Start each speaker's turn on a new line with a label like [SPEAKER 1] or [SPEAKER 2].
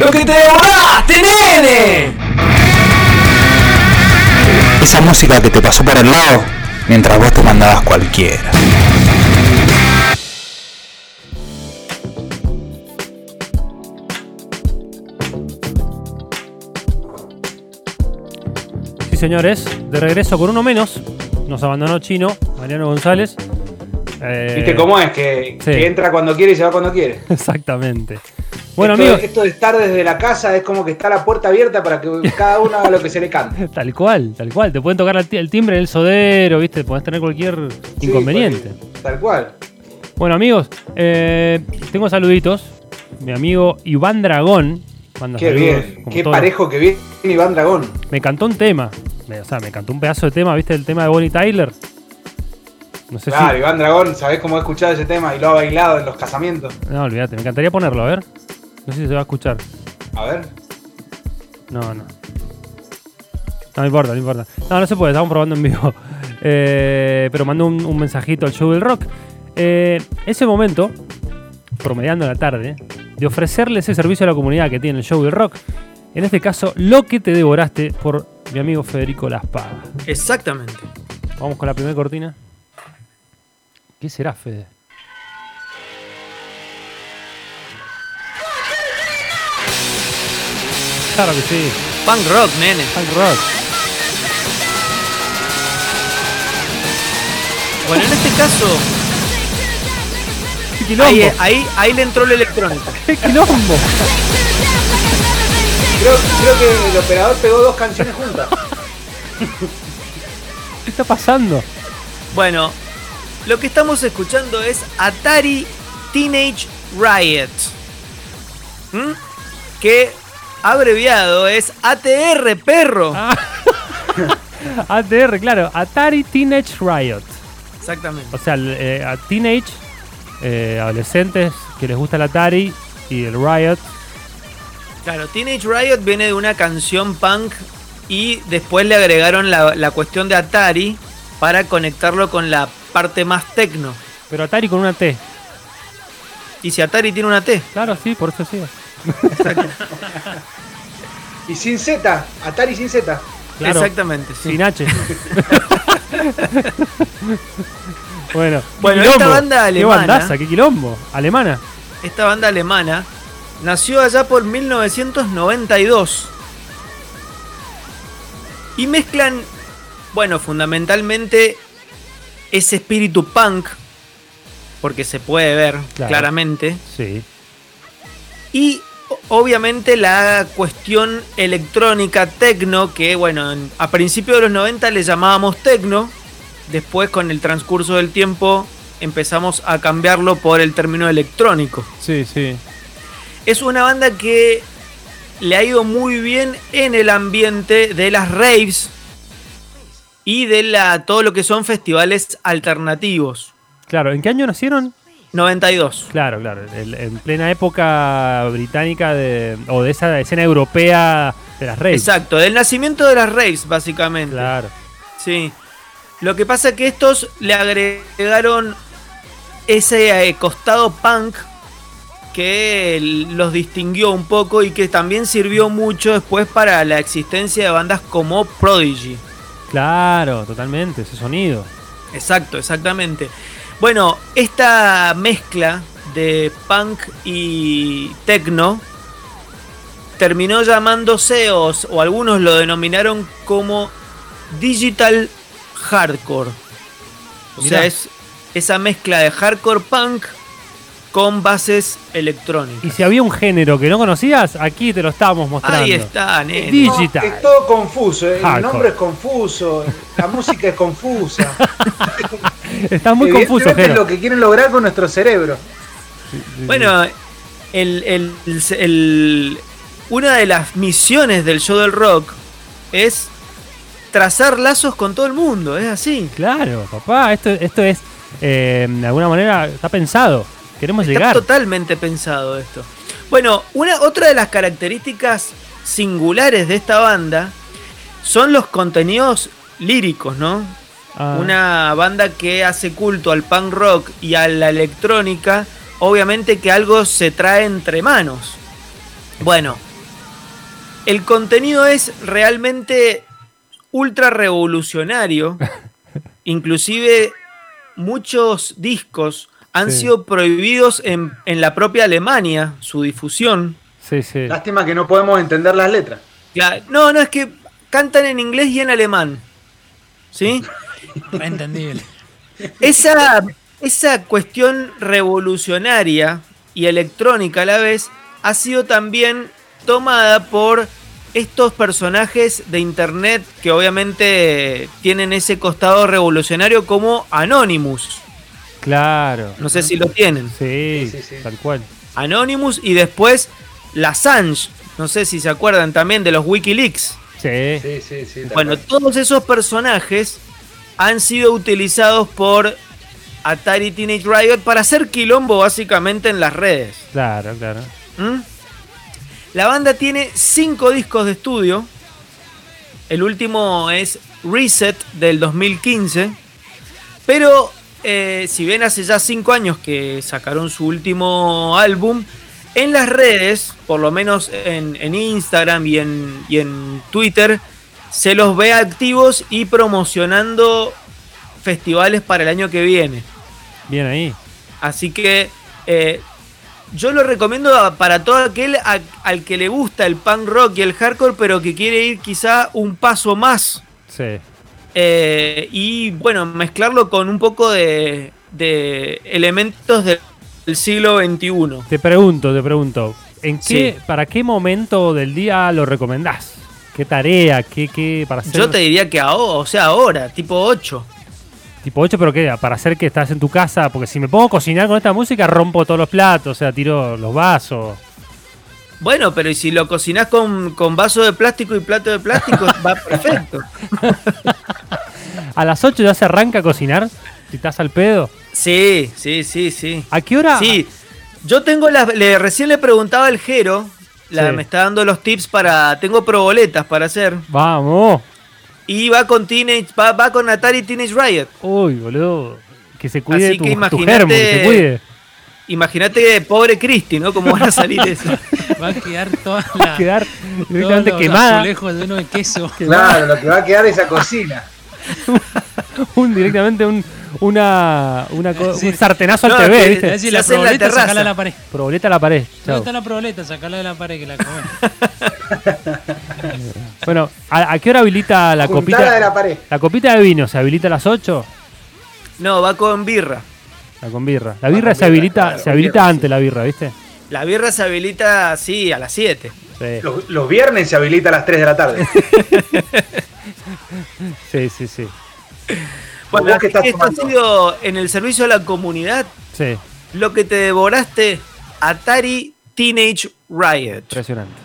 [SPEAKER 1] ¡Lo que te devoraste, nene!
[SPEAKER 2] Esa música que te pasó por el lado mientras vos te mandabas cualquiera.
[SPEAKER 3] Sí, señores, de regreso con uno menos. Nos abandonó Chino, Mariano González. Eh,
[SPEAKER 1] ¿Viste cómo es? Que,
[SPEAKER 3] sí.
[SPEAKER 1] que entra cuando quiere y se va cuando quiere.
[SPEAKER 3] Exactamente. Bueno,
[SPEAKER 1] esto,
[SPEAKER 3] amigos,
[SPEAKER 1] esto de estar desde la casa es como que está la puerta abierta para que cada uno haga lo que se le cante.
[SPEAKER 3] tal cual, tal cual. Te pueden tocar la ti- el timbre en el sodero, ¿viste? Podés tener cualquier
[SPEAKER 1] Sí,
[SPEAKER 3] inconveniente.
[SPEAKER 1] porque- tal cual.
[SPEAKER 3] Bueno, amigos, eh, tengo saluditos. Mi amigo Iván Dragón. Manda
[SPEAKER 1] Qué
[SPEAKER 3] saludos,
[SPEAKER 1] bien.
[SPEAKER 3] como
[SPEAKER 1] Qué
[SPEAKER 3] todos.
[SPEAKER 1] parejo que viene Iván Dragón.
[SPEAKER 3] Me cantó un tema. Me- O sea, me cantó un pedazo de tema, ¿viste? El tema de Bonnie Tyler. No sé
[SPEAKER 1] Claro, Iván Dragón, ¿sabés cómo he escuchado ese tema y lo ha bailado en los casamientos?
[SPEAKER 3] si. No, olvídate, me encantaría ponerlo, a ver. No sé si se va a escuchar.
[SPEAKER 1] A ver.
[SPEAKER 3] No, no. No, no importa, no importa. No, no se puede, estamos probando en vivo. Eh, pero mandó un, un mensajito al show del rock. Eh, ese momento, promediando la tarde, de ofrecerle ese servicio a la comunidad que tiene el show del rock. En este caso, lo que te devoraste por mi amigo Federico Las Pagas.
[SPEAKER 4] Exactamente.
[SPEAKER 3] Vamos con la primera cortina. ¿Qué será, Fede? Claro que sí.
[SPEAKER 4] Punk rock, nene.
[SPEAKER 3] Punk rock.
[SPEAKER 4] Bueno, en este caso, ahí,
[SPEAKER 3] ¡Qué quilombo!
[SPEAKER 4] ahí, ahí le entró el electrónico.
[SPEAKER 3] ¡Qué quilombo!
[SPEAKER 1] Creo, creo que el operador pegó dos canciones juntas.
[SPEAKER 3] ¿Qué está pasando?
[SPEAKER 4] Bueno, lo que estamos escuchando es Atari Teenage Riot. ¿Mm? Que abreviado es ATR, perro.
[SPEAKER 3] Ah. ATR, claro. Atari Teenage Riot.
[SPEAKER 4] Exactamente.
[SPEAKER 3] O sea, el, eh, a teenage, eh, adolescentes que les gusta el Atari y el Riot.
[SPEAKER 4] Claro, Teenage Riot viene de una canción punk y después le agregaron la, la cuestión de Atari para conectarlo con la parte más tecno.
[SPEAKER 3] Pero Atari con una T.
[SPEAKER 4] Y si Atari tiene una T,
[SPEAKER 3] Claro, sí, por eso sí.
[SPEAKER 1] Y sin Z, Atari sin Z.
[SPEAKER 3] Claro.
[SPEAKER 4] exactamente. sí.
[SPEAKER 3] Sin H. bueno, qué
[SPEAKER 4] Bueno,
[SPEAKER 3] quilombo.
[SPEAKER 4] esta banda alemana-
[SPEAKER 3] Qué bandaza, qué quilombo. Alemana.
[SPEAKER 4] Esta banda alemana nació allá por 1992 y mezclan, bueno, fundamentalmente ese espíritu punk, porque se puede ver
[SPEAKER 3] Claro.
[SPEAKER 4] claramente,
[SPEAKER 3] Sí.
[SPEAKER 4] y o- obviamente la cuestión electrónica techno que bueno, en- a principios de los 90 le llamábamos techno, después con el transcurso del tiempo empezamos a cambiarlo por el término electrónico.
[SPEAKER 3] Sí, sí.
[SPEAKER 4] Es una banda que le ha ido muy bien en el ambiente de las raves y de la, todo lo que son festivales alternativos.
[SPEAKER 3] Claro, ¿en qué año nacieron?
[SPEAKER 4] 92.
[SPEAKER 3] Claro, claro. el- en plena época británica de, o de esa escena europea de las redes.
[SPEAKER 4] Exacto, del nacimiento de las raves, básicamente.
[SPEAKER 3] Claro.
[SPEAKER 4] Sí. Lo que pasa es que estos le agregaron ese eh, costado punk que el- los distinguió un poco y que también sirvió mucho después para la existencia de bandas como Prodigy.
[SPEAKER 3] Claro, totalmente, ese sonido.
[SPEAKER 4] Exacto, exactamente. Bueno, esta mezcla de punk y techno terminó llamándose, o, o algunos lo denominaron como digital hardcore. O
[SPEAKER 3] Mirá.
[SPEAKER 4] sea, es esa mezcla de hardcore punk con bases
[SPEAKER 3] Y
[SPEAKER 4] electrónicas.
[SPEAKER 3] si había un género que no conocías, aquí te lo estábamos mostrando.
[SPEAKER 4] Ahí está,
[SPEAKER 3] El
[SPEAKER 4] nene.
[SPEAKER 3] digital.
[SPEAKER 1] No, es todo confuso, eh. el
[SPEAKER 3] Hardcore.
[SPEAKER 1] nombre es confuso, la música es confusa.
[SPEAKER 3] Está muy confuso,
[SPEAKER 1] Evidentemente es
[SPEAKER 3] Jero.
[SPEAKER 1] lo que quieren lograr con nuestro cerebro.
[SPEAKER 4] Bueno, el- el- el- una de las misiones del show del rock es trazar lazos con todo el mundo, es así.
[SPEAKER 3] Claro, papá, esto, esto es, eh, de alguna manera, está pensado. Queremos
[SPEAKER 4] Está
[SPEAKER 3] llegar.
[SPEAKER 4] totalmente pensado esto. Bueno, una, otra de las características singulares de esta banda son los contenidos líricos, ¿no?
[SPEAKER 3] Ah,
[SPEAKER 4] Una banda que hace culto al punk rock y a la electrónica, obviamente que algo se trae entre manos. Bueno, el contenido es realmente ultra revolucionario. Inclusive muchos discos han
[SPEAKER 3] Sí.
[SPEAKER 4] sido prohibidos en, en la propia Alemania, su difusión.
[SPEAKER 3] Sí, sí.
[SPEAKER 4] Ah.
[SPEAKER 1] Lástima que no podemos entender las letras.
[SPEAKER 4] Cla- No, no, es que cantan en inglés y en alemán. ¿Sí?
[SPEAKER 5] Entendible.
[SPEAKER 4] Esa, esa cuestión revolucionaria y electrónica a la vez ha sido también tomada por estos personajes de internet que obviamente tienen ese costado revolucionario como Anonymous.
[SPEAKER 3] Claro.
[SPEAKER 4] No sé si lo tienen.
[SPEAKER 3] Sí,
[SPEAKER 1] Sí, sí, sí.
[SPEAKER 3] tal cual.
[SPEAKER 4] Anonymous y después Lasange. No sé si se acuerdan también de los Wikileaks.
[SPEAKER 3] Sí.
[SPEAKER 1] Sí, sí, sí. tal
[SPEAKER 4] Bueno,
[SPEAKER 1] cual.
[SPEAKER 4] todos esos personajes han sido utilizados por Atari Teenage Riot para hacer quilombo básicamente en las redes.
[SPEAKER 3] Claro, claro.
[SPEAKER 4] ¿Mm? La banda tiene cinco discos de estudio. El último es Reset del 2015. Pero eh, si bien hace ya cinco años que sacaron su último álbum, en las redes, por lo menos en, en Instagram y en, y en Twitter, se los ve activos y promocionando festivales para el año que viene.
[SPEAKER 3] Bien ahí.
[SPEAKER 4] Así que eh, yo lo recomiendo a- para todo aquel a- al que le gusta el punk rock y el hardcore, pero que quiere ir quizá un paso más.
[SPEAKER 3] Sí.
[SPEAKER 4] eh, y bueno, mezclarlo con un poco de, de elementos del, del siglo XXI.
[SPEAKER 3] Te pregunto, te pregunto. ¿En
[SPEAKER 4] Sí.
[SPEAKER 3] qué, ¿Para qué momento del día lo recomendás? ¿Qué tarea? ¿Qué, qué para hacer?
[SPEAKER 4] Yo te diría que ahora, o sea, ahora, tipo 8.
[SPEAKER 3] Tipo 8, pero ¿qué? ¿Para hacer que estás en tu casa? Porque si me pongo a cocinar con esta música, rompo todos los platos, o sea, tiro los vasos.
[SPEAKER 4] Bueno, pero ¿y si lo cocinás con, con vaso de plástico y plato de plástico, va perfecto.
[SPEAKER 3] ¿A las 8 ya se arranca a cocinar? Si estás al pedo.
[SPEAKER 4] Sí, sí, sí, sí.
[SPEAKER 3] ¿A qué hora?
[SPEAKER 4] Sí, yo tengo las. le- recién le preguntaba al Jero. la-
[SPEAKER 3] Sí.
[SPEAKER 4] Me está dando los tips para. Tengo proboletas para hacer.
[SPEAKER 3] Vamos.
[SPEAKER 4] Y va con Teenage. Va, va con Atari Teenage Riot.
[SPEAKER 3] Uy, boludo. Que se cuide
[SPEAKER 4] Así
[SPEAKER 3] tu,
[SPEAKER 4] que
[SPEAKER 3] tu
[SPEAKER 4] imagínate-
[SPEAKER 3] germo, que se cuide.
[SPEAKER 4] Imagínate, pobre Christy, ¿no? ¿Cómo van a salir eso?
[SPEAKER 5] Va a quedar toda
[SPEAKER 3] Va a
[SPEAKER 5] la.
[SPEAKER 3] quedar
[SPEAKER 5] todos
[SPEAKER 3] directamente
[SPEAKER 5] los
[SPEAKER 3] quemada.
[SPEAKER 5] azulejos llenos de queso.
[SPEAKER 1] Claro, lo que va a quedar es esa cocina.
[SPEAKER 3] Un, directamente un, una, una co-
[SPEAKER 5] Sí.
[SPEAKER 3] un sartenazo
[SPEAKER 4] No,
[SPEAKER 3] al TV,
[SPEAKER 4] que-
[SPEAKER 5] Te
[SPEAKER 3] ¿viste?
[SPEAKER 5] hace
[SPEAKER 4] Se
[SPEAKER 5] la
[SPEAKER 4] hace en la
[SPEAKER 5] proboleta,
[SPEAKER 4] terraza.
[SPEAKER 5] sacala a la pared.
[SPEAKER 3] Proboleta a la pared.
[SPEAKER 5] ¿Dónde
[SPEAKER 3] Chau.
[SPEAKER 5] está la proboleta? Sacala de la pared que la comes.
[SPEAKER 3] Bueno, ¿a, a qué hora habilita la
[SPEAKER 1] Juntada
[SPEAKER 3] copita?
[SPEAKER 1] de la pared.
[SPEAKER 3] La copita de vino, ¿se habilita a las 8?
[SPEAKER 4] No, va con birra.
[SPEAKER 3] La con birra. La birra
[SPEAKER 1] con
[SPEAKER 3] se
[SPEAKER 1] birra,
[SPEAKER 3] habilita,
[SPEAKER 1] claro,
[SPEAKER 3] se
[SPEAKER 1] con
[SPEAKER 3] habilita
[SPEAKER 1] birra,
[SPEAKER 3] antes la birra, ¿viste?
[SPEAKER 4] La birra se habilita así a las 7.
[SPEAKER 3] Sí,
[SPEAKER 1] Los, los viernes se habilita a las 3 de la tarde.
[SPEAKER 3] sí, sí. sí.
[SPEAKER 1] ¿Vos
[SPEAKER 4] Bueno,
[SPEAKER 1] qué estás
[SPEAKER 4] esto ha
[SPEAKER 1] tomando?
[SPEAKER 4] sido en el servicio a la comunidad
[SPEAKER 3] Sí,
[SPEAKER 4] lo que te devoraste. Atari Teenage Riot.
[SPEAKER 3] impresionante.